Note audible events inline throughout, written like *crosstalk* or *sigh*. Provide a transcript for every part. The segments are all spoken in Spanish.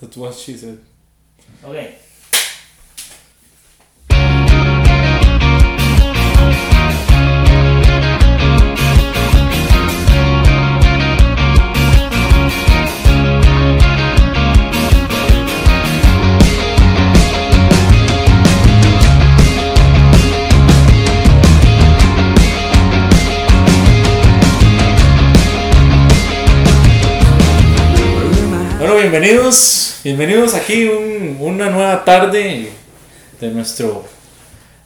That's what she said. Ok. *laughs* Bueno, bienvenidos. Bienvenidos aquí un- una nueva tarde de nuestro,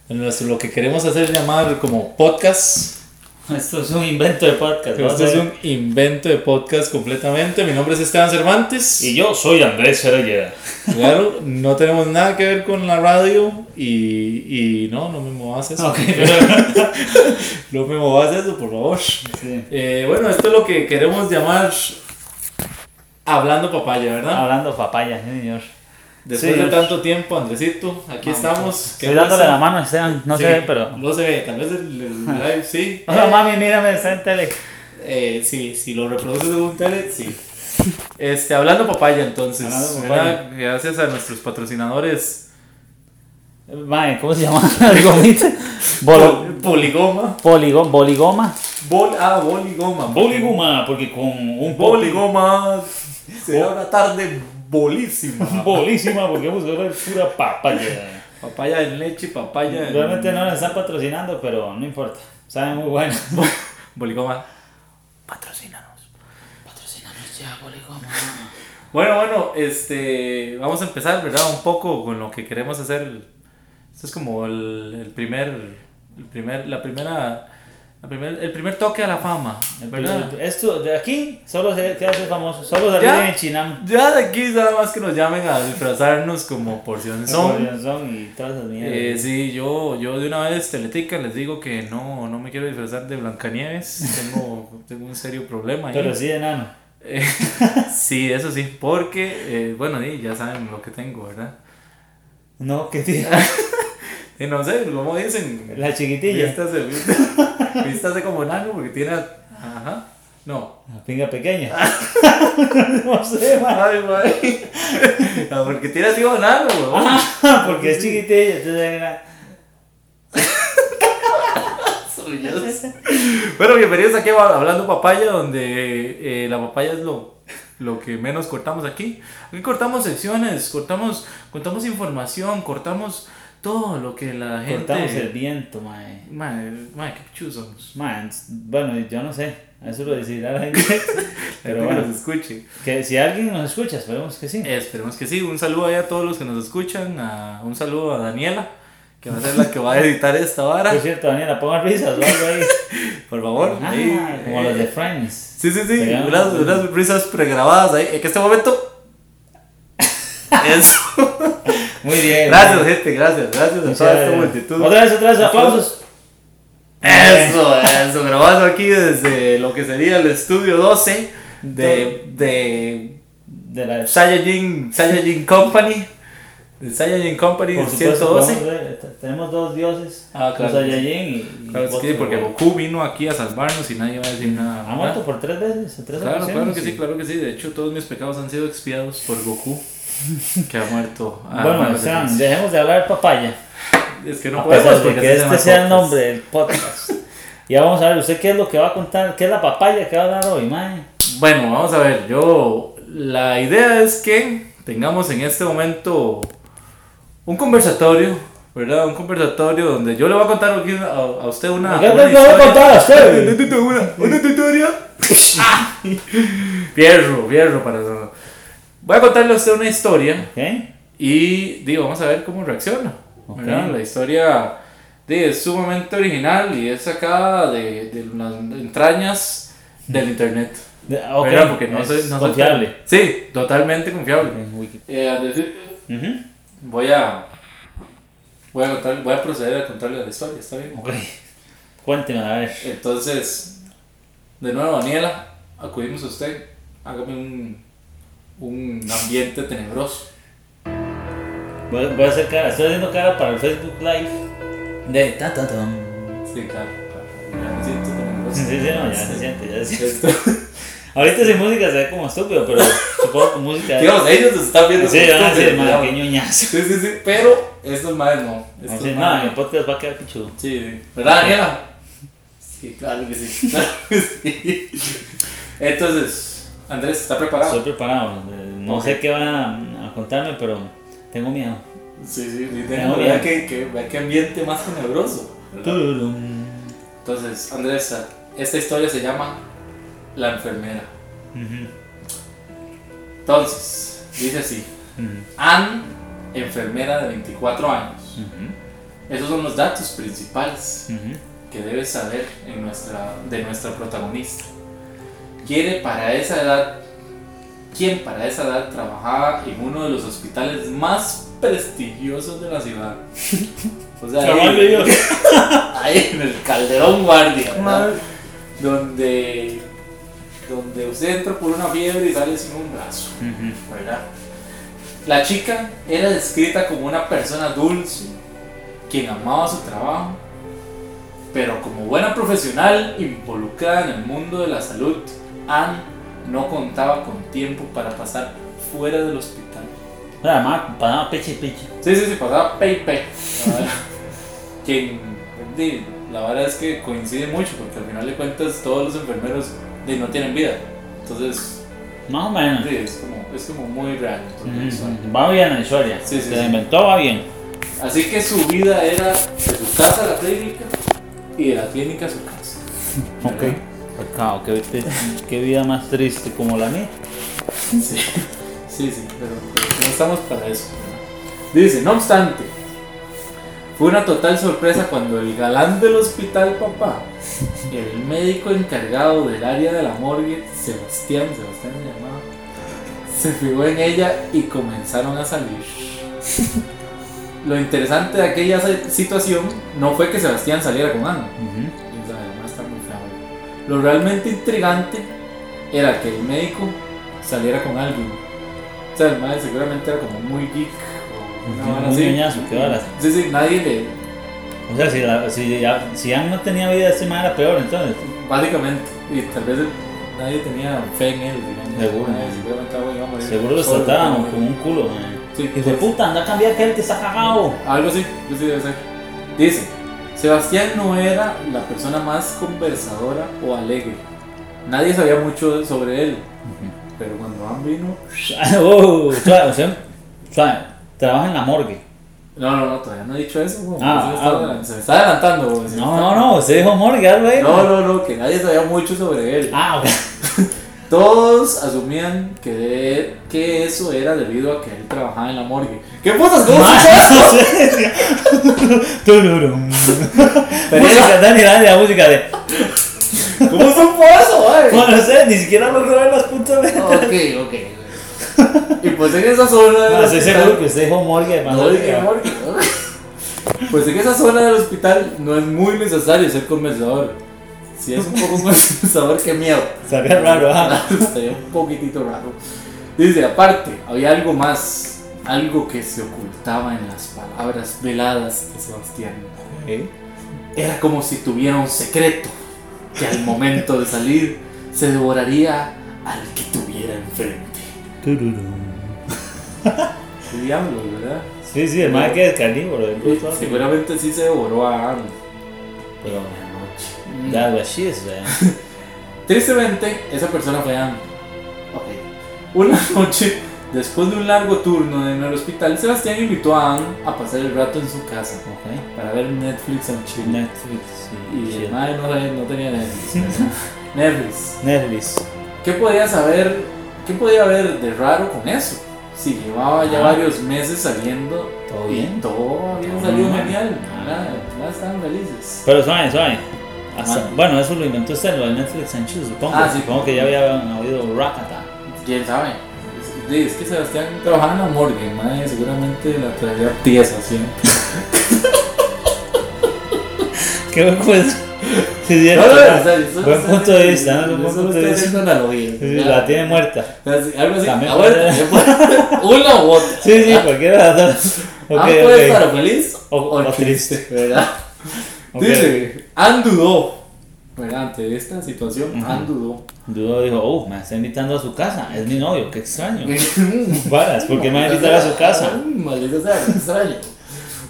de nuestro lo que queremos hacer llamar como podcast. Esto es un invento de podcast. ¿no? Esto es un invento de podcast completamente. Mi nombre es Esteban Cervantes. Y yo soy Andrés Herrera. *laughs* Claro, no tenemos nada que ver con la radio y, y no, no me movas eso. *laughs* Ok, pero- *laughs* No me movas eso, por favor. *laughs* Sí. Eh, bueno, esto es lo que queremos llamar Hablando Papaya, ¿verdad? Ah. Hablando papaya, sí, señor. Después sí. de tanto tiempo, Andresito, aquí estamos. ¿Qué Estoy dándole pasa? la mano a Esteban, no Sí, se ve, *laughs* pero. No se ve, tal vez el, *laughs* el live sí. Hola mami, mírame, está en tele. Eh, sí, si lo reproduces en un tele, sí. Este, hablando Papaya, entonces. Hablando Papaya. ¿verdad? Gracias a nuestros patrocinadores. Mae, ¿cómo se llama? *laughs* El gomita. Bolo- Pol- Poligoma. poligo- boligoma. Bol, ah, boligoma. Boligoma, porque con un Boligoma. Será una tarde bolísima. Bolísima, porque vamos a hablar pura papaya. Papaya en leche, papaya en... Realmente no la están patrocinando, pero no importa. Saben muy bueno. Boligoma. Patrocínanos. Patrocínanos ya, Boligoma. Bueno, bueno, este... Vamos a empezar, ¿verdad? Un poco con lo que queremos hacer. Esto es como el, el primer... El primer... La primera... la primer- el primer toque a la fama, ¿verdad? Esto de aquí solo se queda ser famoso, solo se ¿Ya? ríen en Chinam. Ya de aquí nada más que nos llamen a disfrazarnos como porción son. Son y todas esas mierdas. Eh, sí, yo, yo de una vez Teletica les digo que no, no me quiero disfrazar de Blancanieves. Tengo, tengo un serio problema ahí. pero sí de enano. Eh, *laughs* sí, eso sí, porque, eh, bueno, sí, ya saben lo que tengo, ¿verdad? No, *laughs* que tía. Y no sé, ¿cómo dicen? *laughs* La chiquitilla. Vistas de, *laughs* vistas, de como enano porque tiene... a- Ajá. No. La pinga pequeña. *laughs* no sé, man. Ay, madre. *laughs* No, porque tiene así como enano, weón. *laughs* Porque es chiquitilla, entonces era. Bueno, bienvenidos aquí a Hablando Papaya, donde eh, la papaya es lo, lo que menos cortamos aquí. Aquí cortamos secciones, cortamos, cortamos información, cortamos todo lo que la gente... Cortamos el viento, mae. Madre, madre, qué pichudos somos. Man, bueno, yo no sé, eso lo decidirá la *laughs* gente. Pero Pero bueno, nos escuche. que si alguien nos escucha, esperemos que sí. Eh, esperemos que sí. Un saludo ahí a todos los que nos escuchan. a- un saludo a Daniela, que va a ser la que va a editar esta vara. Por cierto, Daniela, pongan risas o algo ahí. *laughs* Por favor. Ah, ahí, como eh, los de Friends. Sí, sí, sí. Sería un- Unas, unas risas pregrabadas ahí. En este momento... *laughs* Eso. Muy bien. Gracias, gente, gracias, gracias a Muchas toda esta gracias. multitud. Otra vez, otra vez, aplausos. Eso, eso, grabando aquí desde lo que sería el estudio 12 de, de De la. Saiyajin, Saiyajin Company. De Saiyajin Company Por supuesto, 112. podemos ver, te- tenemos dos dioses. Ah, claro Los que sí. Saiyajin y. y Claro que sí, otro. porque Goku vino aquí a salvarnos y nadie va a decir nada. Ha ¿verdad? muerto por tres veces, en tres Claro, ocasiones, claro que y- sí, claro que sí. De hecho, todos mis pecados han sido expiados por Goku, que ha muerto. a Bueno, manos de Sam, Dios. dejemos de hablar papaya. es que no No podemos porque así porque se este llama sea el podcast. nombre del podcast. ya vamos a ver, ¿usted qué es lo que va a contar? ¿Qué es la papaya que va a hablar hoy, mae? Bueno, vamos a ver, yo la idea es que tengamos en este momento un conversatorio, ¿verdad? Un conversatorio donde yo le voy a contar aquí a, a usted una... ¿Qué una te voy a historia. contar a usted? *laughs* Una, una historia. *laughs* Ah, Fierro, fierro para eso. Voy a contarle a usted una historia ¿Qué? y digo, vamos a ver cómo reacciona. ¿verdad? Ok. La historia di, es sumamente original y es sacada de, de las entrañas del internet. De- Ah, ok, ¿verdad? Porque no es soy, no soy- confiable. sí, totalmente confiable. En Wiki. Eh, al decir- Ujú. voy a. Voy a, contar- voy a proceder a contarle la historia, ¿está bien? Ok. Cuénteme, a ver. Entonces, de nuevo, Daniela, acudimos a usted. Hágame un, un ambiente tenebroso. Voy, voy a hacer cara. Estoy haciendo cara para el Facebook Live. De ta ta tan. Mm. Sí, claro. claro. Ya me siento tenebroso. Sí, sí, no, ya se siente, ya se siente. *laughs* Esto- Ahorita sin música se ve como estúpido, *laughs* pero supongo que música. Digamos, ellos nos están viendo. Sí, como van a decir, estúpidos, madre, digamos. qué ñoñazo. Sí, sí, sí, pero estos madres no. Van a Estos decir, madres no, el podcast va a quedar pichudo. Sí, sí. ¿verdad, Daniela? Sí, claro que sí. *laughs* Claro que sí. Entonces, Andrés, ¿está Estoy preparado? preparado. eh, No sé qué van a, a contarme, pero tengo miedo. Sí, sí, sí. Muy Vea bien. qué, qué- vea qué ambiente más tenebroso. ¿verdad? Turum. Entonces, Andrés, esta historia se llama La enfermera. Ujú, Entonces, dice así: ujú, Ann, enfermera de 24 años. ujú, Esos son los datos principales ujú. que debes saber en nuestra, de nuestra protagonista. Quiere para esa edad, quien para esa edad trabajaba en uno de los hospitales más prestigiosos de la ciudad. O sea, Chaval, ahí, yo- *laughs* ahí en el Calderón Guardia, ¿verdad? donde, donde usted entra por una fiebre y sale sin un brazo. Ujú. ¿verdad? La chica era descrita como una persona dulce, quien amaba su trabajo, pero como buena profesional involucrada en el mundo de la salud, Anne no contaba con tiempo para pasar fuera del hospital. Nada más, para nada, peche, peche. Sí, sí, sí, pasaba pey *laughs* pey. la verdad. Quien, di, la verdad es que coincide mucho, porque al final de cuentas todos los enfermeros di, no tienen vida. Entonces, Más o menos. di, es, como, es como muy real. entonces, o sea, Ujú. Va bien la historia. Sí, sí, Se la sí. inventó, va bien. Así que su vida era de su casa a la clínica y de la clínica a su casa. Ok. Pecado, qué, te- qué vida más triste como la mía. Sí, sí, sí, pero, pero no estamos para eso. ¿no? Dice, no obstante, fue una total sorpresa cuando el galán del hospital, papá, el médico encargado del área de la morgue, Sebastián, Sebastián se llamaba, se fijó en ella y comenzaron a salir. Lo interesante de aquella situación no fue que Sebastián saliera con Ana. Ujú. O sea, además está muy feo. Lo realmente intrigante era que el médico saliera con alguien. O sea, el madre seguramente era como muy geek o una vara Un así. ñoñazo, qué varas. Sí, sí, nadie le. O sea, si, la, si, ya, si Ann no tenía vida, este man era peor, entonces. Básicamente, y tal vez el- nadie tenía fe en él, digamos. Seguro. Nadie seguramente, "Ah, bueno, iba a morir Seguro los solo". trataban como un culo, man. Sí, Hijo de puta, anda a cambiar aquel que está cagado. *laughs* Algo así, algo así debe ser. Dice, Sebastián no era la persona más conversadora o alegre. Nadie sabía mucho sobre él, pero cuando han vino, oh, claro, o sea, claro, trabaja en la morgue. No, no, no, todavía no he dicho eso, güey. Ah, se, me está ah. adelan- se me está adelantando, güey. Se me No, está- no, no, usted dijo morgue, algo ahí. No, no, no, que nadie sabía mucho sobre él. Ah, ok. Todos asumían que, que eso era debido a que él trabajaba en la morgue. ¿Qué putas? ¿Cómo se Ah, sabe? *laughs* no sé. Tururum. Música, Dani, Dani, la música de. eh! ¿Cómo supo eso, güey? *laughs* No, no sé, ni siquiera logro ver las puntas de. Ok, ok. Y pues en esa zona. del No, estoy hospital- seguro que usted dijo morgue, man. No dije morgue, ¿no? *laughs* Pues en esa zona del hospital no es muy necesario ser conversador. Si es un poco *laughs* conversador, qué miedo. Sabía raro, *laughs* ah. Estaría un poquitito raro. Dice, aparte, había algo más, algo que se ocultaba en las palabras veladas de Sebastián. Ok. Era como si tuviera un secreto que al momento de salir se devoraría al que tuviera enfrente. Tururum. Qué Diablo, ¿verdad? Sí, sí, el man que es carnívoro. el puto. Seguramente sí se devoró a Anne. Pero, man, that was shit, man. Tristemente, esa persona fue Anne. Una *laughs* noche, después de un largo turno en el hospital, Sebastián invitó a Anne a pasar el rato en su casa. Ok. para ver Netflix en Chile. Netflix. Y sí, el shit. madre no, sabía- no tenía Netflix. ¿verdad? Netflix. *laughs* Netflix. ¿Qué podía saber? ¿Qué podía haber de raro con eso? Si llevaba ya Ah. varios meses saliendo ¿Todo y bien? todo había Todo salido normal. genial. Ah. ¿verdad? Todas estaban felices. Pero suave, suave. Hasta- Ah. bueno, eso lo inventó usted, lo de Netflix and Chill, supongo. Ah, sí. Supongo que ya habían oído Rakata. ¿Quién sabe? Es- Es que Sebastián trabajaba en la morgue, madre, seguramente la traía tiesa siempre. Qué buen punto. *laughs* Sí, No, cierto. no, *laughs* o sea, yo solo Buen estoy punto de haciendo- vista, ¿no? yo Buen punto solo de estoy vista. haciendo analogías, Sí, sí, ¿verdad? la tiene muerta. O sea, sí, Algo así. También Ah, bueno, *laughs* Una u otra. Sí, sí, cualquiera de las dos. Ah. *laughs* Ok, ah, puede estar ok. o feliz *laughs* O- o triste. ¿verdad? Ok. Dice, Anne dudó ¿verdad? Ante esta situación, Han dudó. Dudo dijo, oh, me está invitando a su casa, es mi novio, qué extraño. *laughs* *laughs* Varas, ¿por qué me va a invitar a su casa? Ay, Maldita sea, qué extraño.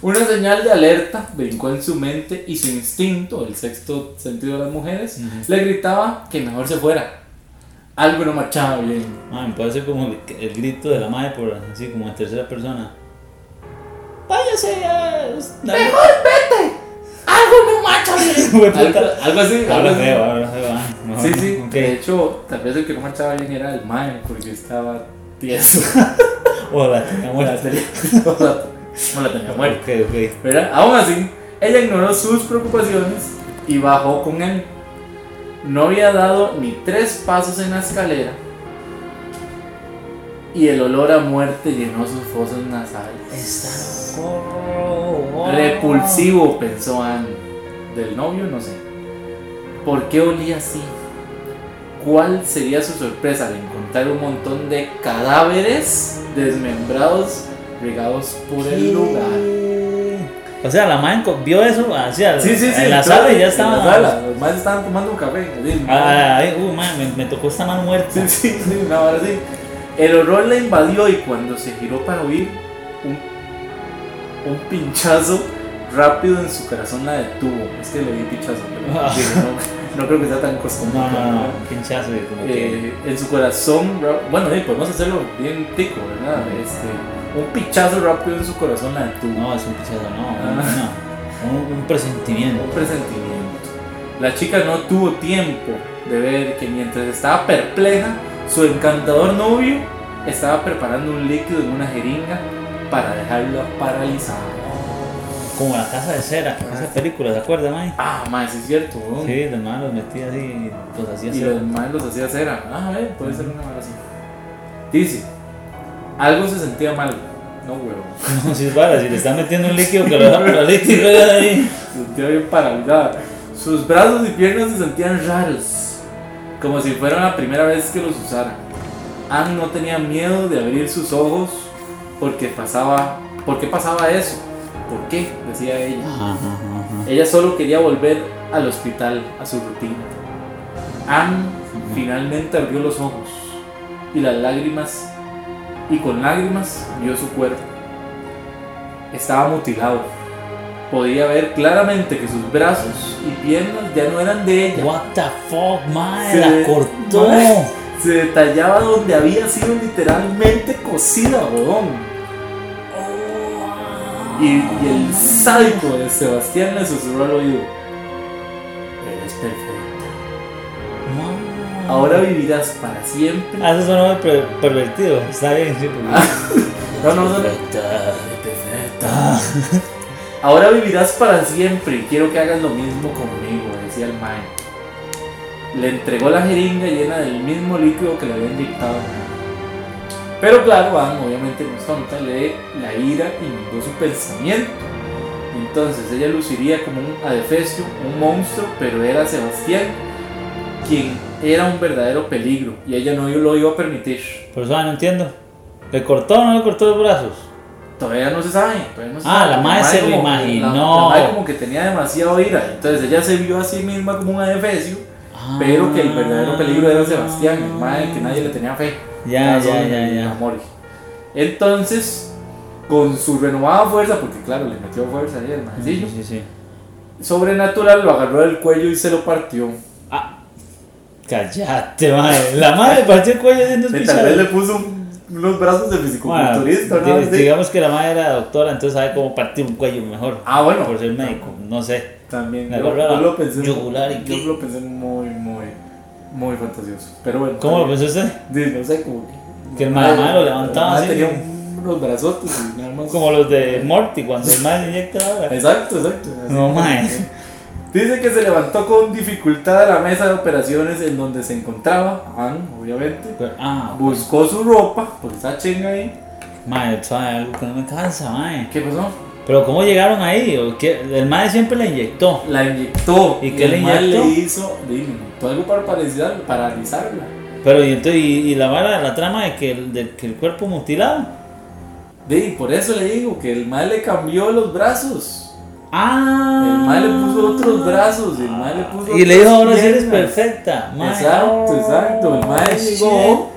Una señal de alerta brincó en su mente y su instinto, el sexto sentido de las mujeres, le gritaba que mejor se fuera. Algo no marchaba bien. Ah, me parece como el, el grito de la madre, por así como en tercera persona. Váyase a... ¡Mejor vete! ¡Algo no marcha *laughs* bien! Algo, algo así. algo Ahora así. feo, ahora feo. ah, no, Sí, sí. ok. De hecho, tal vez el que no marchaba bien era el mae, porque estaba tieso. *laughs* Hola, tenía Como la muerte. tenía, como la- como la tenía muerta. Ok, ok. ¿verdad? Aún así, ella ignoró sus preocupaciones y bajó con él. No había dado ni tres pasos en la escalera y el olor a muerte llenó sus fosas nasales. Está Oh, Repulsivo, pensó Anne. Del novio, no sé. ¿Por qué olía así? ¿Cuál sería su sorpresa al encontrar un montón de cadáveres desmembrados regados por el lugar? O sea, la madre co- vio eso así al- Sí, sí, sí. en la claro, sala y ya En estaba. la sala. Los más estaban tomando un café. así, Ah, ay, uh, madre, me, me tocó esta mano muerta. Sí, sí, sí, no, ahora sí. El horror la invadió y cuando se giró para huir, un, un pinchazo rápido en su corazón la detuvo. Es que le di pinchazo, pero *laughs* Ah. sí, no, no creo que sea tan No, costumbrado. no, no, pinchazo, güey, como que. Eh, en su corazón, ra- bueno, sí, podemos hacerlo bien tico, ¿verdad? Este, un pinchazo rápido en su corazón la detuvo. No, es un pinchazo, no, Ah. no, no. Un, un presentimiento. Un presentimiento. La chica no tuvo tiempo de ver que mientras estaba perpleja, su encantador novio estaba preparando un líquido en una jeringa para dejarla paralizada. Como la casa de cera, esa película, ¿se acuerda, mae? Ah, más es cierto, weón. Sí, los malos metía así y los hacía Y cera. los más los hacía cera. Ah, a ver, puede ser una mala así. Dice, algo se sentía mal. No, huevo. *laughs* No, si es para, si le están metiendo un líquido que lo deja paralítico ya de ahí. Se sentía bien paralizada. Sus brazos y piernas se sentían raros, como si fuera la primera vez que los usara. Anne no tenía miedo de abrir sus ojos porque pasaba, ¿por qué pasaba eso? ¿Por qué? decía ella. Ajá, ajá, ajá. Ella solo quería volver al hospital, a su rutina. Anne finalmente abrió los ojos y las lágrimas, y con lágrimas vio su cuerpo. Estaba mutilado. Podía ver claramente que sus brazos y piernas ya no eran de ella. What the fuck, mae, Se la ve- cortó. mae. Se detallaba donde había sido literalmente cocida, bodón. Oh, Y, y el sádico de Sebastián le susurró al oído. Eres perfecta. Mae. Ahora vivirás para siempre. Ah, eso sonó per pervertido. Está bien, sí, porque. Ah. No, no, no. Perfecta, perfecta. Ahora vivirás para siempre y quiero que hagas lo mismo conmigo, decía el mae. Le entregó la jeringa llena del mismo líquido que le habían dictado. Pero claro, Anne obviamente no es tonta, le la ira inundó su pensamiento. Entonces ella luciría como un adefesio, un monstruo, pero era Sebastián quien era un verdadero peligro y ella no lo iba a permitir. Por eso, ah, no entiendo. ¿Le cortó o no le cortó los brazos? Todavía no se sabe. todavía no se Ah, sabe. la madre se lo como- imaginó. la- La, madre como que tenía demasiado ira. Entonces ella se vio a sí misma como un adefesio, pero Ah. que el verdadero peligro era Sebastián, el madre que nadie le tenía fe. Ya, Era solo ya, ya, el ya. amor. Entonces, con su renovada fuerza, porque claro, le metió fuerza ahí el maecillo, sí, sí. Mm. sobrenatural lo agarró del cuello y se lo partió. Ah, callate, madre. La madre partió el cuello haciendo un Sí, tal vez pinchazo. le puso un- unos brazos de Bueno, fisicoculturista, ¿no? di- Sí. digamos que la madre era doctora, entonces sabe cómo partir un cuello mejor. Ah, bueno. Por ser médico, no sé. También. La Yo, gorra yo lo pensé. yugular y qué. yo lo pensé muy, muy, muy fantasioso. Pero bueno. ¿Cómo lo también, pensó usted? sí, No sé, como que. Que el mae- mae lo levantaba el mae así. Tenía unos brazotes y nada más. Como los de Morty cuando el mal inyecta ahora. Exacto, exacto. así. No mae. Dice que se levantó con dificultad a la mesa de operaciones en donde se encontraba. Ann, obviamente. Pero- Ah, Buscó su ropa, porque está chinga ahí. mae, sabe algo que no me cansa, mae. ¿Qué pasó? Pero ¿cómo llegaron ahí? ¿O qué? El mae siempre la inyectó. La inyectó. ¿Y qué el le mae inyectó? Le hizo, le inyectó algo para paralizar- paralizarla. Pero y entonces, y, y la vara, la trama de que, el- de que el cuerpo mutilado. De, y por eso le digo que el mal le cambió los brazos. Ah. El mae le puso otros brazos, el mae le puso Y le otras dijo, ahora sí eres piernas". perfecta. mae". Exacto, exacto. El mae shit. llegó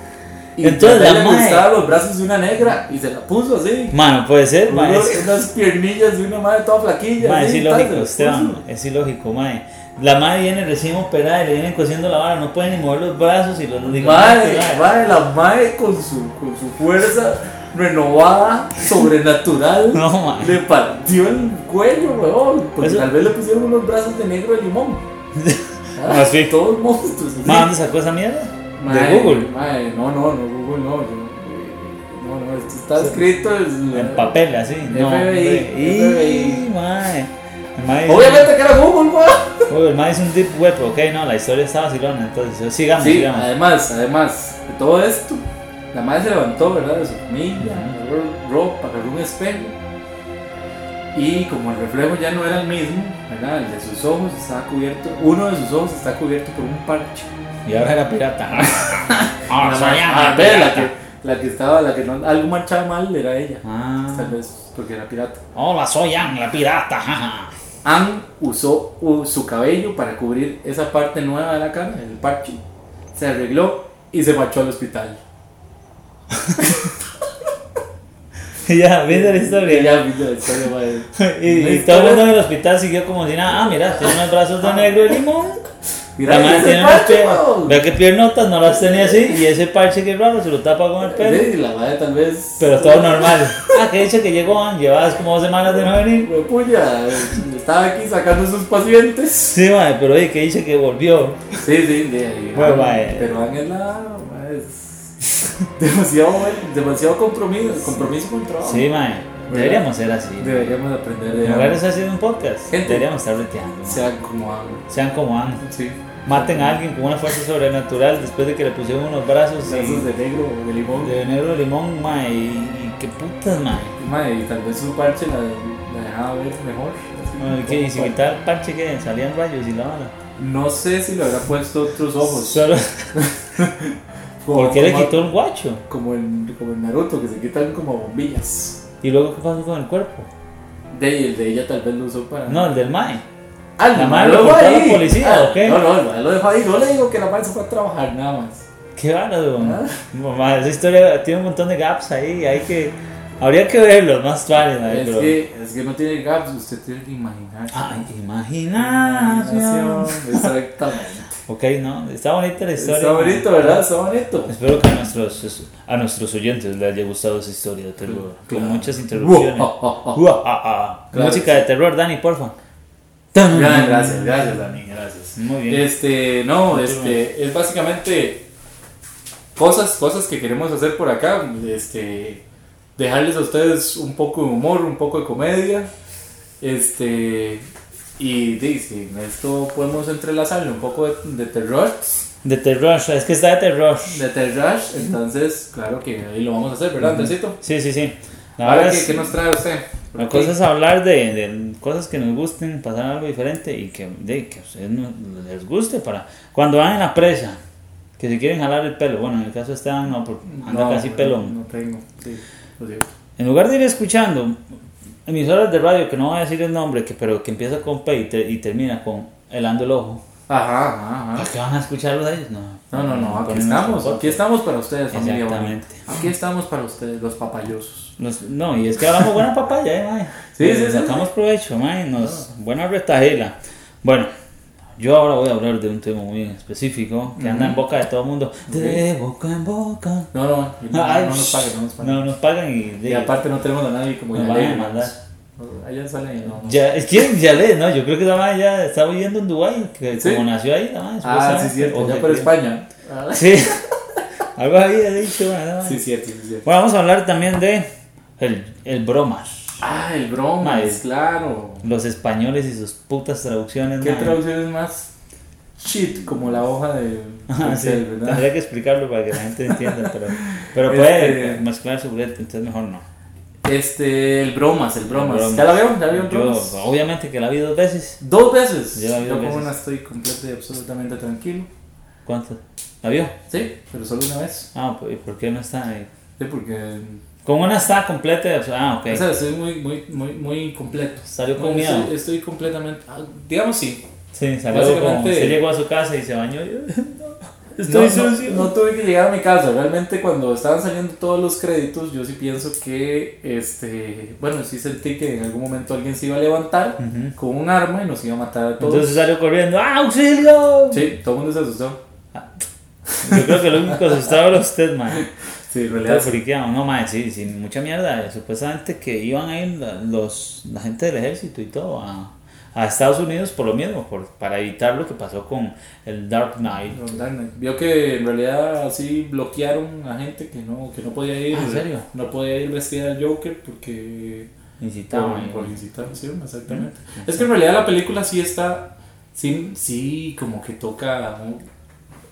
y Entonces, entonces la le mae- gustaba los brazos de una negra y se la puso así. Mae, no puede ser, mae. Unos- Es, unas piernillas de una madre toda flaquilla. mae, es así, tal, se ilógico, las Esteban. puso. Es ilógico, mae. La madre viene recién operada y le vienen cosiendo la vara, no puede ni mover los brazos y los Madre, ligamentos, mae. madre, la madre con su, con su fuerza renovada, sobrenatural, *laughs* No, mae. le partió el cuello, weón. Porque Eso- tal vez le pusieron unos brazos de negro de limón. *laughs* Ah, sí. Todos monstruos. así. Mae, ¿dónde sacó esa mierda? Mae, ¿De Google? mae, no, no, no, Google no. yo- eh, no, no, esto está Sí. escrito en, En papel, así. FBI, No, hombre. Y, FBI. mae. El mae- Obviamente que era Google, weón. Uy, el mae es un deep web, ok, no, la historia está vacilona, entonces sigamos, Sí, sigamos. además, además de todo esto, la madre se levantó, ¿verdad? De su familia, agarró ropa, agarró un espejo. Y como el reflejo ya no era el mismo, ¿verdad? El de sus ojos estaba cubierto, uno de sus ojos está cubierto por un parche. Y ahora era *laughs* pirata. la, Ahora soy ma- ya ah, ve, la que, pirata. la que estaba, la que no, algo marchaba mal era ella. Tal Ah, vez porque era pirata. hola, soy Yang, la pirata. *laughs* jaja. Anne usó uh, su cabello para cubrir esa parte nueva de la cara, el parche. Se arregló y se marchó al hospital. ya, viste la Y historia. ya, mira, la historia, madre. Y, *laughs* y Una todo el historia- mundo en el hospital siguió como si nada. Ah, mira, tiene unos brazos de negro y limón. Mira, la madre ese tiene unas parche, piernas. weón. Vea que piernotas no las tenía así. Y ese parche que raro se lo tapa con el pelo. Sí, la madre tal vez. Pero todo normal. Ah, que dicho que llegó, Ang, llevabas como dos semanas de no venir. Pero, puya, eh, estaba aquí sacando sus pacientes. Sí, madre, pero oye, que dice que volvió. Sí, sí, de ahí. Bueno, madre. Pero Anne es la. ah, madre, Es demasiado, demasiado compromiso, compromiso con el trabajo. Sí, madre, deberíamos ser así. Deberíamos aprender de En Anne. lugar de estar haciendo un podcast, Gente. deberíamos estar reteando. Sean como Anne. Sean como Anne. Sí. Maten a alguien con una fuerza sobrenatural después de que le pusieron unos brazos y- Brazos de negro o de limón. de negro limón, mae. Y, y qué putas, mae. Madre, y tal vez su parche la, la dejaba ver mejor. así, Bueno, ¿y qué? Y si como- quitaba el parche que salían rayos y la bala. No sé si le habrá puesto otros ojos. Solo como- porque le como- quitó el guacho. Como en, como en Naruto, que se quitan como bombillas. Y luego, ¿qué pasó con el cuerpo? De, el de ella tal vez lo usó para. No, el del mae. Ah, el la man madre lo dejó cortó a la ahí. policía, Ah, ¿o qué? No, no, el man lo dejó ahí. No le digo que la madre se fue a trabajar nada más. Qué bárbaro. Ah. Mamá, esa historia tiene un montón de gaps ahí. Hay que. Habría que verlos más suaves, mae. es, pero- que, es que no tiene gaps, usted tiene que imaginar. Ay, imaginación. *laughs* Exactamente. Ok, no, está bonita la historia. Está bonito, ¿verdad? Está *laughs* bonito. Espero que a nuestros, a nuestros oyentes les haya gustado esa historia de terror. Claro. Con muchas interrupciones. Ua, ah, ah. Claro. Música de terror, Dani, porfa. Ya, gracias, gracias, Dani, gracias. Muy bien. Este, no, este, es básicamente cosas, cosas que queremos hacer por acá, este, dejarles a ustedes un poco de humor, un poco de comedia, este, y dicen, esto podemos entrelazarle un poco de, de terror, De terror, es que está de terror. de terror, entonces, claro que ahí lo vamos a hacer, ¿verdad, Andresito? Sí, sí, sí. La Ahora, verdad ¿qué, es, qué nos trae usted? la cosa es hablar de, de cosas que nos gusten, pasar algo diferente y que, de, que a ustedes no- les guste para... Cuando van en la presa, que se quieren jalar el pelo. Bueno, en el caso de Esteban no, porque anda No, casi pelón. No tengo, sí, lo siento. En lugar de ir escuchando emisoras de radio, que no voy a decir el nombre, que, pero que empieza con P y, te- y termina con helando el ojo, Ajá, ajá, ajá. ¿para qué van a escucharlos a ellos? No, Ah. No, no, no, aquí ponen estamos, nuestro aquí estamos para ustedes, podcast. familia Exactamente. bonita. Aquí estamos para ustedes, los papayosos. Nos- no, y es que hablamos buena papaya, eh, mae. *laughs* Sí, Le sí, sí, Sacamos provecho, mae. Nos, Buena retajela. Bueno, yo ahora voy a hablar de un tema muy específico que anda en boca de todo el mundo. De boca en boca. No, no, no, Ay, no nos paguen, no nos paguen. No nos pagan y, Y de, aparte no tenemos a nadie como ya Nos van a leí. demandar. Allá sale no. no. Ya, es que ya le, no, yo creo que la madre ya está viviendo en Dubái, que ¿Sí? como nació ahí, la madre. después Ah, sabe sí, que- cierto, o ya que- por España. Ah, Sí, *laughs* algo había dicho, bueno, la madre. Sí, cierto, sí, cierto. Bueno, vamos a hablar también de el, el bromas, Ah, el broma, Madre. es claro. los españoles y sus putas traducciones. ¿Qué madre. traducción es más? Shit, como la hoja de Ah, sí, Excel, ¿verdad? tendría que explicarlo para que la gente entienda, pero, *laughs* pero Este- puede mezclar su brete, entonces mejor no. Este, el bromas, el bromas. Bromas. ¿Ya la vieron? ¿Ya la vieron Yo, bromas? obviamente que la vi dos veces. Dos veces. Yo la vi Yo dos como veces. una estoy completa y absolutamente tranquilo. ¿Cuántas? ¿La vio? Sí, pero solo una vez. Ah, pues, ¿y por qué no está ahí? Sí, porque Con una está completa. o sea, Ah, ok. O sea, estoy muy, muy, muy, muy completo. Salió con Muy- miedo. Estoy, estoy completamente. ah, Digamos sí. Sí, salió Básicamente- como- usted llegó a su casa y se bañó. *laughs* y- pues, No, Estoy no, sucio. no tuve que llegar a mi casa. Realmente cuando estaban saliendo todos los créditos, yo sí pienso que, este, bueno, sí sentí que en algún momento alguien se iba a levantar Ujú. con un arma y nos iba a matar a todos. Entonces salió corriendo. ¡Ah, auxilio! sí, todo el mundo se asustó. Yo creo que lo único asustado era usted, *laughs* man. Sí, en Estaba realidad. sí. friqueado. No, man, sí, sí, mucha mierda. Eh, Supuestamente que iban a ir la- los, la gente del ejército y todo a, a Estados Unidos por lo mismo, por, para evitar lo que pasó con el Dark Knight. Don Darknight. Vio que en realidad así bloquearon a gente que no, que no podía ir. Ah, ¿en serio? No podía ir vestida de Joker porque Incitaban. Por, por incitar, sí, exactamente. Es que en realidad la película sí está, sí, sí como que toca ¿no?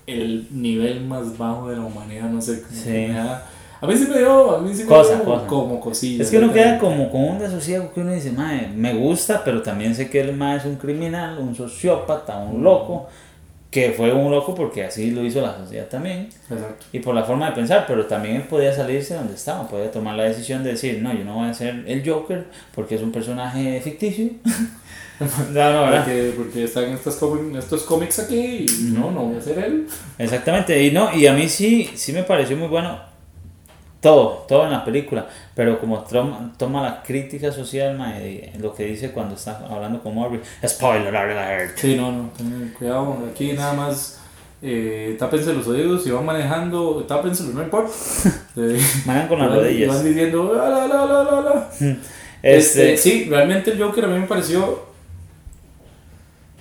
el nivel más bajo de la humanidad, no sé. como Sí. que me da- a mí sí me dio, a mí sí me Cosa, dio cosa. como cosilla. Es que uno ¿verdad? queda como con un desosiego que uno dice, "Mae, me gusta, pero también sé que el mae es un criminal, un sociópata, un loco, que fue un loco porque así lo hizo la sociedad también, Exacto. y por la forma de pensar, pero también él podía salirse de donde estaba, podía tomar la decisión de decir, no, yo no voy a ser el Joker porque es un personaje ficticio. *laughs* no, no, ¿verdad? Porque, porque están estos, cómic- estos cómics aquí y no, no voy a ser él. Exactamente, y no, y a mí sí, sí me pareció muy bueno todo, todo en la película, pero como toma, toma la crítica social, mae, lo que dice cuando está hablando con Morbius, spoiler alert. Sí, no, no, tengan cuidado. Aquí nada más eh, tápense los oídos si van manejando, tápenselos, no *laughs* importa. Sí. Manejan con las Van- Van rodillas. diciendo, "La, la, la, la, la, la". Este, Este, sí, realmente el Joker a mí me pareció,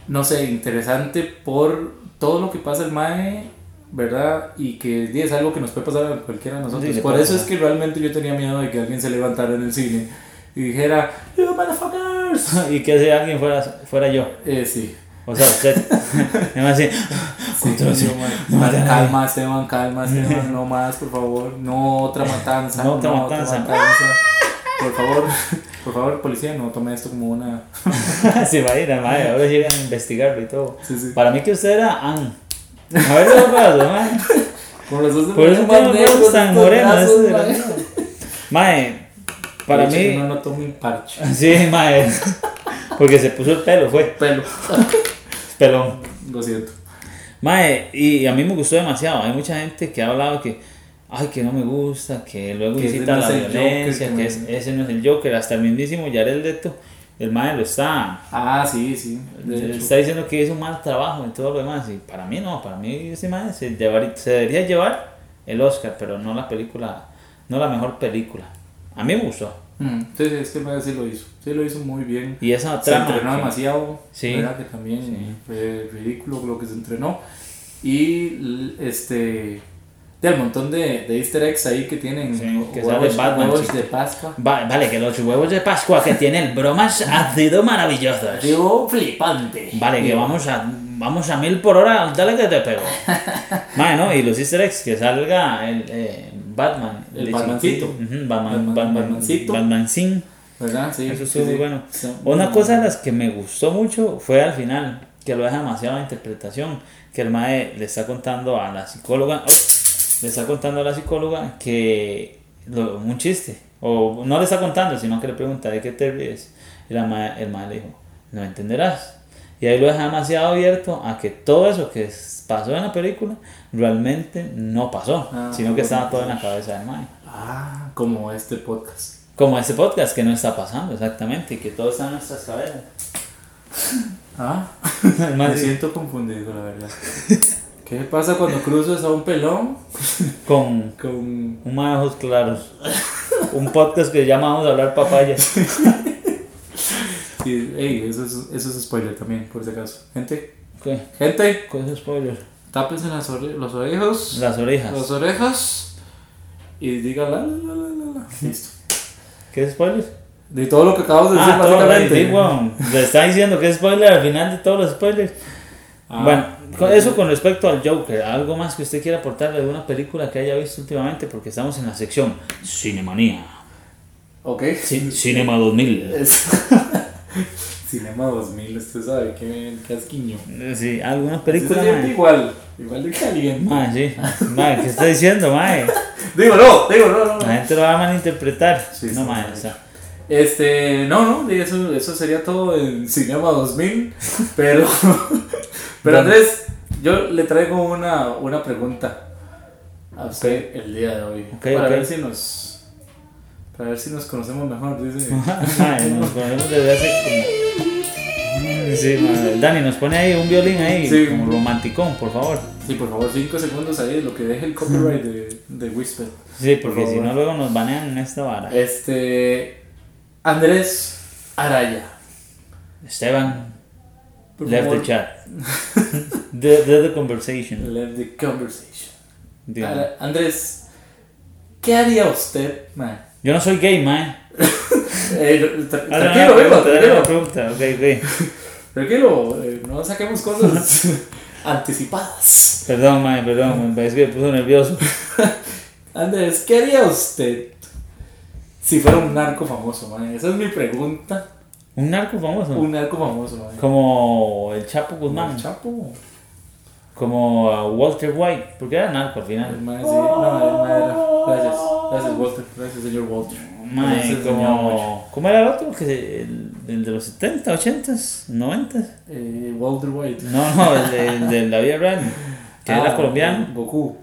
no sé, interesante por todo lo que pasa el Mae, ¿verdad? Y que di, es algo que nos puede pasar a cualquiera de nosotros. Sí, le por puede eso es pasar. que realmente yo tenía miedo de que alguien se levantara en el cine y dijera, ¡You motherfuckers! *laughs* y que si alguien fuera, fuera yo, Eh, sí. o sea, usted, *laughs* me va a decir, Sí, Entonces, no, man. no mate a nadie. calma, Esteban, calma, Esteban, no más, por favor. No otra matanza. No otra matanza. Por favor, *laughs* por favor, policía, no tome esto como una. *laughs* se va a ir, mae, ahora llegan a investigarlo y todo. Sí, sí. Para mí que usted era Ann. A ver, ¿qué pasa, mae? Con los dos Por brazos eso tiene los negros, brazos tan estos morenos, brazos, esos de man. la- *laughs* Mae, para De hecho, mí... que No, no tome un parche. *laughs* Sí, mae. Porque se puso el pelo, fue *laughs* Pelo. pelón. Lo siento. Mae, y a mí me gustó demasiado. Hay mucha gente que ha hablado que, ay, que no me gusta, que luego Que ese incita a no la es el Joker, violencia, que que me- es- ese no es el Joker. Hasta el mismísimo Jared Leto, el mae lo está. Ah, sí, sí. De hecho. Está diciendo que hizo un mal trabajo y todo lo demás. Y para mí no, para mí ese mae se, llevar- se debería llevar el Oscar, pero no la película, no la mejor película. A mí me gustó. Mm, Sí, sí, es que el mae sí lo hizo. Sí lo hizo muy bien. Y esa Se trama. entrenó que- demasiado. Sí. ¿verdad? Que también fue ridículo lo que se entrenó. Y l- este. Del montón de, de easter eggs ahí que tienen. Sí, que huevos, sale Batman, huevos sí. de Pascua. Va- vale, que los huevos de Pascua que tiene el bromas han sido maravillosos. Digo, flipante. Vale, que Digo, vamos a vamos a mil por hora, dale que *laughs* te pego. Vale, ¿no? Y los easter eggs, que salga el eh, Batman. El Batmancito. Ujú, Batman, Batman- Batman- Batmancito. Batmancín. ¿Verdad? Sí. Eso sí, estuvo sí. muy bueno. Sí. Una cosa de las que me gustó mucho fue al final, que lo deja demasiado a la interpretación, que el mae le está contando a la psicóloga, oh, le está contando a la psicóloga que lo- un chiste, o no le está contando, sino que le pregunta de qué te ríes, y la mae- el mae le dijo, no entenderás. Y ahí lo deja demasiado abierto a que todo eso que s- pasó en la película realmente no pasó, Ah, sino que bueno. estaba todo en la cabeza del mae. Ah, como este podcast. Como este podcast que no está pasando exactamente, y que todo está en nuestras cabezas. Ah. El *laughs* *laughs* mae Me dice, siento confundido, la verdad. ¿Qué pasa cuando cruzas a un pelón con con... un mae de ojos claros. Un podcast que llamamos hablar papayas. sí, ey, eso es, eso es spoiler también, por si acaso. Gente, ¿Qué? gente, ¿Cuál es el spoiler? tápense las ore- los orejos, Las las orejas. orejas, y diga la, la, la, la, la, la. Listo. ¿Qué es spoiler? De todo lo que acabamos de decir, Ah, todo el básicamente. Big One. Le está diciendo que es spoiler al final de todos los spoilers. Ah, bueno, con- eso con respecto al Joker. ¿Algo más que usted quiera aportar de alguna película que haya visto últimamente? Porque estamos en la sección Cinemanía. Ok. Cin- Cinema 2000. Es- *laughs* Cinema 2000, usted sabe, qué, qué asquiño. Sí, algunas Se películas. siente igual, igual de caliente. *laughs* Mae, sí. Mae, ¿qué está diciendo, mae? Digo, no, digo, no, no. no. La gente lo va a malinterpretar. Sí, no, sí, mae, sí. o sea, Este, no, no, y eso, eso sería todo en Cinema *laughs* 2000. Pero, pero Bueno. Andrés, yo le traigo una, una pregunta a usted el día de hoy. Ok, para ok. ver si nos. Para ver si nos conocemos mejor, *laughs* dice. mae, nos conocemos desde hace como- Sí, mae. Dani, nos pone ahí un violín ahí, Sí. como romanticón, por favor. Sí, por favor, 5 segundos ahí, lo que deje el copyright de, de Whisper. Sí, porque Por si favor. Eh. no luego nos banean en esta vara. Este. Andrés Araya. Esteban, Por left favor, the chat. *laughs* the, the, the conversation. Left the conversation. Digo, Ara- Andrés, ¿qué haría usted? man? Yo no soy gay, mae. Eh, tra- Ah, no, tranquilo, no, Bebo, pregunta, no, tranquilo. pregunta, ok, ok. Tranquilo, eh, no saquemos cosas *laughs* anticipadas. *laughs* Perdón, mae, perdón, me- es que me puso nervioso. Andrés, ¿qué haría usted si fuera un narco famoso, man? Esa es mi pregunta. Un narco famoso. Un narco famoso, man. Como el Chapo Guzmán. El Chapo. Como a Walter White. Porque era narco al El final. man, sí. No, el man era- Gracias, gracias, Walter. Gracias, señor Walter. Mae, Gracias, señor Walter. como... ¿Cómo era el otro? Que se- el, el de los 70, 80, 90. Eh, Walter White. No, no, el de, el de la vida real. Que Ah, era colombiano. *laughs* Goku.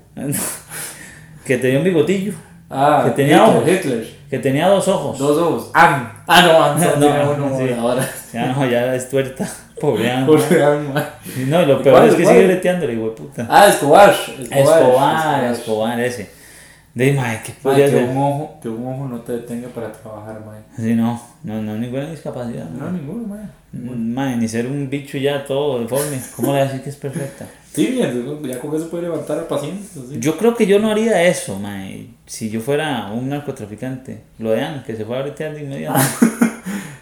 que tenía un bigotillo. Ah, Que tenía Hitler, ojos. Hitler. Que tenía dos ojos. Dos ojos. Ann. Ah, no, Ann. solo *laughs* No, tiene uno sí. ahora. Ya no, ya es tuerta. *laughs* Pobre Ana. Pobre Ann, man. Y No, y lo ¿Y peor cuál, es que cuál? sigue breteándole, güey, puta. Ah, Escobar. Escobar, Escobar, ese. De mae, ¿qué Ma, podría que, ser? un ojo, que un ojo no te detenga para trabajar, mae. Sí, no, no, no, ninguna discapacidad. No, ninguno, mae. Mm. Mae, ni ser un bicho ya todo deforme. ¿Cómo le voy a decir que es perfecta? Sí, bien, ya con eso puede levantar a pacientes. así. Yo creo que yo no haría eso, mae. Si yo fuera un narcotraficante. Lo de Ana, que se fue a bretear *laughs* de inmediato.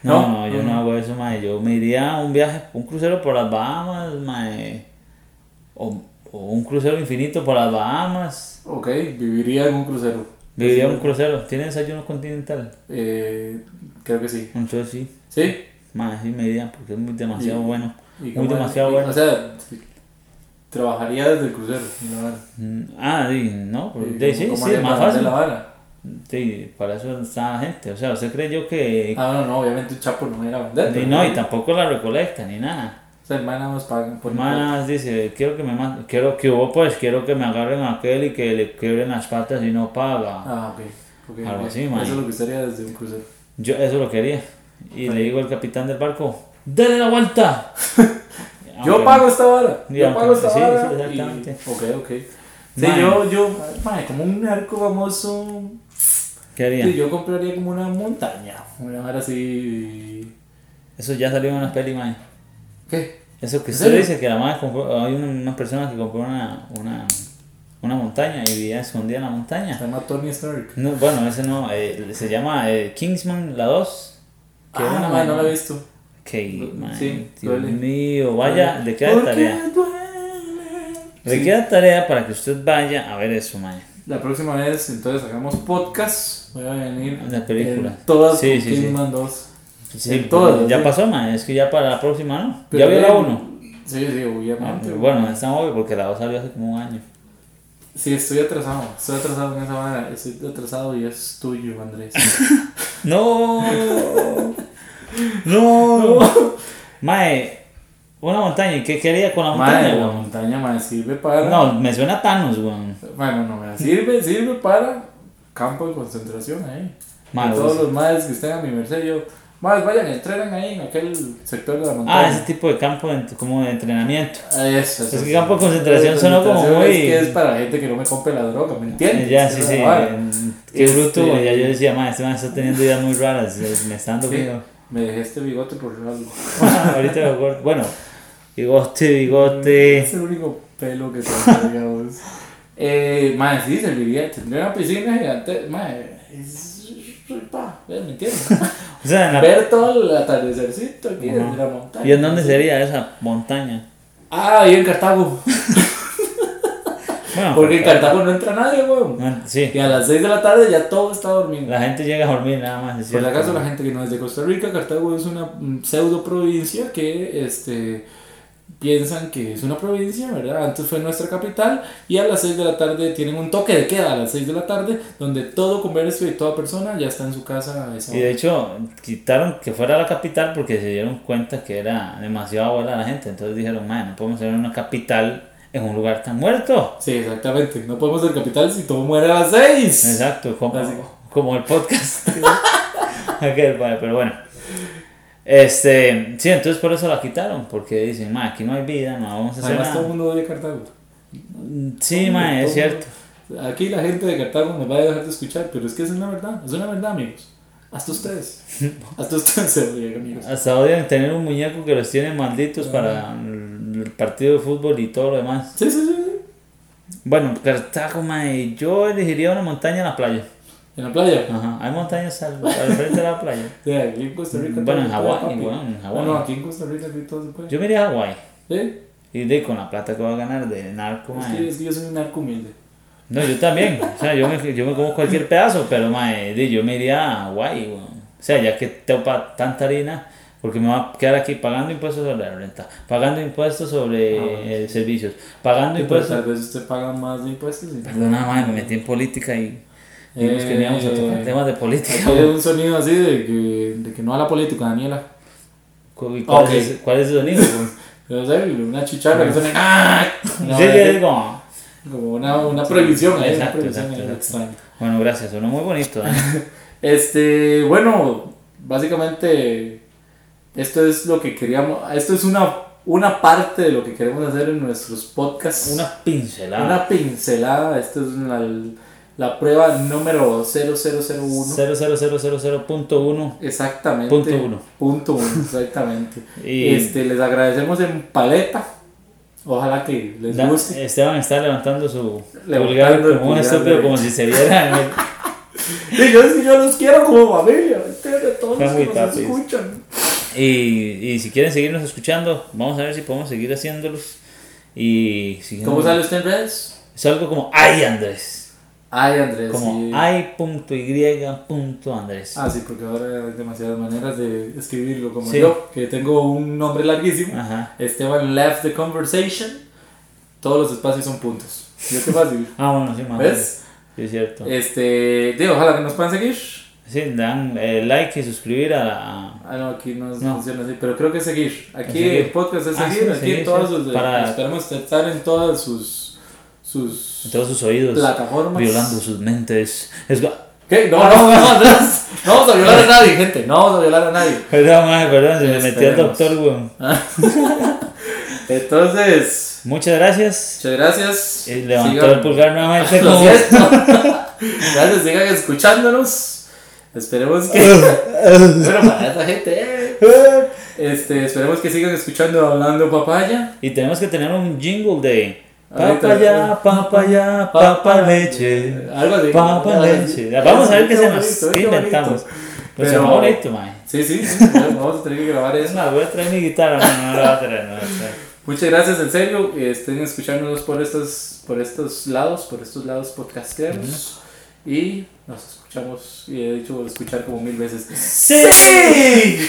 No, no, No, yo no, no hago eso, mae. Yo me iría a un viaje, un crucero por las Bahamas, mae. O, o un crucero infinito por las Bahamas. Ok, viviría en un crucero. Viviría en un crucero. ¿Tiene desayuno continental? Eh, creo que sí. Entonces sí. ¿Sí? Más así me dirían porque es muy demasiado Sí. bueno. Y Muy como- demasiado bueno. O sea, sí, trabajaría desde el crucero. no, eh, Mm, Ah, sí, no, pero como- de- sí, como sí, María es más Paz Pues, de fácil. La Habana. Sí, para eso está la gente. O sea, ¿usted creyó que.? Ah, no, no, obviamente un chapo no era vender. y Ah, pero- no, y tampoco la recolecta ni nada. O sea, el mae nada más pagan por Por más nada más Pues, dice, quiero que me ma- quiero que hubo pues, quiero que me agarren a aquel y que le quiebren las patas y no paga. Ah, ok. ok, Algo ok. así, Eso mae. es lo que gustaría desde un crucero. Yo eso lo quería. Y le digo al capitán del barco, ¡dale la vuelta! *laughs* Yo Aunque- pago esta vara. Y Yo aunque- pago esta sí, sí, vara. exactamente. y- ok, ok. Sí, Mae. yo, yo, mae, como un narco famoso, ¿Qué haría? sí, yo compraría como una montaña. Una vara así. Eso ya salió en una peli, mae. ¿Qué? Eso que ¿En usted serio? dice que la madre compró, hay una, una persona que compró una, una, una montaña y vivía escondida en la montaña. Se llama Tony Stark. No, bueno, ese no, eh, se llama eh, Kingsman la 2. Ah, mae, madre no la he visto. Que, madre, Sí, Dios duele. mío, vaya, le queda ¿Por tarea. qué duele? Le queda tarea para que usted vaya a ver eso, madre. La próxima vez, entonces, hagamos podcast. Voy a venir. Una película. en Todas Sí, con sí, sí. Kingman 2. Sí, todas, ya sí. pasó, madre, es que ya para la próxima, ¿no? Pero ya vio la Ah, bien. 1. Sí, sí, obviamente. Bueno, es tan obvio porque la 2 salió hace como un *laughs* año. Sí, estoy atrasado, estoy atrasado en esa manera, estoy atrasado y es tuyo, Andrés. No. no. Mae, una montaña. ¿y ¿Qué quería con *laughs* la montaña, Madre, la weón? montaña me sirve para... No, me suena a Thanos, weón. Bueno, no, me sirve, sirve para campo de concentración ahí. Madre, pues Y todos vos- los madres que estén a mi merced, yo, madres, vayan, entrenan ahí en aquel sector de la Ah, montaña. Ah, ese tipo de campo de- como de entrenamiento. Eso, eso, Es que eso. campo de concentración sonó como Concentración muy- Es que es para gente que no me compre la droga, ¿me entiendes? Ya, sí, Esa sí. es la vara. eh, Qué Este- bruto, weón. Ya yo decía, mae, este man está teniendo ideas muy raras. eh, Me está dando Sí, miedo. Me dejé este bigote por algo. Ahorita me acuerdo. Bueno, bigote, bigote. Es el único pelo que *laughs* tengo, digamos. Eh, madre, sí, serviría. Tendría una piscina gigante. Madre, es. pa, ¿Me *laughs* entiendes? O sea, en la- Ver todo el atardecercito aquí Ajá. desde la montaña. ¿Y en dónde sería esa montaña? Ah, y en *laughs* Cartago. Bueno, Porque en Cartago no entra nadie, weón. no, sí. Y a las 6 de la tarde ya todo está dormido. La gente llega a dormir nada más. es Por si cierto. acaso la gente que no es de Costa Rica, Cartago es una mm, pseudo provincia que este piensan que es una provincia, ¿verdad? Antes fue nuestra capital y a las 6 de la tarde tienen un toque de queda a las 6 de la tarde donde todo comercio y toda persona ya está en su casa a esa Y hora. de hecho, quitaron que fuera la capital porque se dieron cuenta que era demasiado abuela la gente. Entonces dijeron, man, no podemos ser una capital en un lugar tan muerto. Sí, exactamente. No podemos ser capital si todo muere a las 6. Exacto, como, Así. como *laughs* el podcast. *laughs* Aquel, vale, pero bueno. Este, sí, entonces por eso la quitaron, porque dicen, ma, aquí no hay vida, no vamos a hacer Además, todo el nada. mundo odia Cartago. Sí, ma, es Todo- cierto. Aquí la gente de Cartago nos va a dejar de escuchar, pero es que es una verdad, es una verdad, amigos. Hasta *laughs* ustedes. Hasta ustedes se ríen, amigos. Hasta odian tener un muñeco que los tiene malditos Ah. para el el partido de fútbol y todo lo demás. Sí, sí, sí, sí. Bueno, Cartago, mae, yo elegiría una montaña en la playa. En la playa. Ajá, hay montañas al, al frente de la playa. Sí, aquí en Costa Rica. Mm, todo Bueno, se en puede, Hawái, papi. bueno, en Hawái. No, no, aquí en Costa Rica aquí todo se puede. Yo me iría a Hawái. ¿Sí? Y de con la plata que voy a ganar de narco, Es mae. que, es que yo soy un narco humilde. No, yo también. O sea, yo me, yo me como cualquier pedazo, pero mae, di, yo me iría a Hawaii, weón. O sea, ya que topa tanta harina, porque me va a quedar aquí pagando impuestos sobre la renta, pagando impuestos sobre Ah, bueno. eh, servicios, pagando Sí, pero tal impuestos. vez usted paga más de impuestos. y- Perdona, mae, me metí en política y y nos Eh, queríamos a tocar temas de política. Aquí hay weón. un sonido así de que, de que no a la política, Daniela. Cu- ¿Y cuál, Ok. es, cuál es el *laughs* sonido? weón? Pero, ¿sabes? Una chicharra que suena. ¡Ah! Una Sí, vez, yo digo, ah, Como una, una prohibición. ahí, una Exacto, prohibición exacto, ahí, exacto. extraña. Bueno, gracias, sonó muy *laughs* bonito. ¿eh? Este, bueno, básicamente esto es lo que queríamos, esto es una, una parte de lo que queremos hacer en nuestros podcasts. Una pincelada. Una pincelada, esto es la, la prueba número 0001. 00000.1 Exactamente. Punto uno. Punto uno, *laughs* exactamente. Y- Este, les agradecemos en paleta. Ojalá que les Da- eh. guste. Esteban está levantando su Levantando el pulgar como un pulgar estúpido, derecho. como si se *laughs* viera en el- Sí, yo, es que yo los quiero como familia. Ustedes, todos Está los muy que nos tapis. escuchan. Y, y si quieren seguirnos escuchando, vamos a ver si podemos seguir haciéndolos. Y si ¿Cómo no- sale usted en redes? Es algo como ay Andrés. Ay, Andrés. Como sí. ay punto y punto Andrés. Ah, sí, porque ahora hay demasiadas maneras de escribirlo, como Sí. Ah. yo, que tengo un nombre larguísimo. Ajá. Esteban left the conversation. Todos los espacios son puntos. Yo qué fácil. *laughs* Ah, bueno, sí, más ¿Ves? Sí, es cierto. Este, digo, ojalá que nos puedan seguir. Sí, dan eh, like y suscribir a, a- Ah, no, aquí no, No. funciona así, pero creo que es seguir. Aquí Seguir. el podcast es Ah, seguir, sí, aquí seguir, todos sí. los- Para- esperamos estar en todas sus sus en todos sus oídos, plataformas. violando Ah, sus mentes. Es gu- ¿Qué? No, no, no, atrás. No vamos a violar *laughs* a nadie, gente. No vamos a violar a nadie. Perdón, madre, perdón, se me metió el Esperemos. Ah. doctor, weón. Entonces, Muchas gracias. muchas gracias. Eh, Levantó el Sigan- pulgar *laughs* nuevamente Lo como- *laughs* siento. Gracias, sigan escuchándonos. Esperemos que. bueno, para esa gente, eh. Este, esperemos que sigan escuchando Hablando Papaya. Y tenemos que tener un jingle de Ahorita- eh, papaya, papaya, papa leche. Algo así. Papa Algo así. leche. Vamos a ver qué se bonito, nos bonito, qué inventamos. bonito. Pues Pero- es bonito, mae. Sí, sí, sí, *laughs* vamos a tener que grabar Es eso. más, voy a traer mi guitarra, no, no la voy a traer, no la voy a traer. Muchas gracias, en serio. eh, Estén escuchándonos por estos, por estos lados, por estos lados podcasteros. Y nos escuchamos, y he dicho escuchar como mil veces. ¡Sí!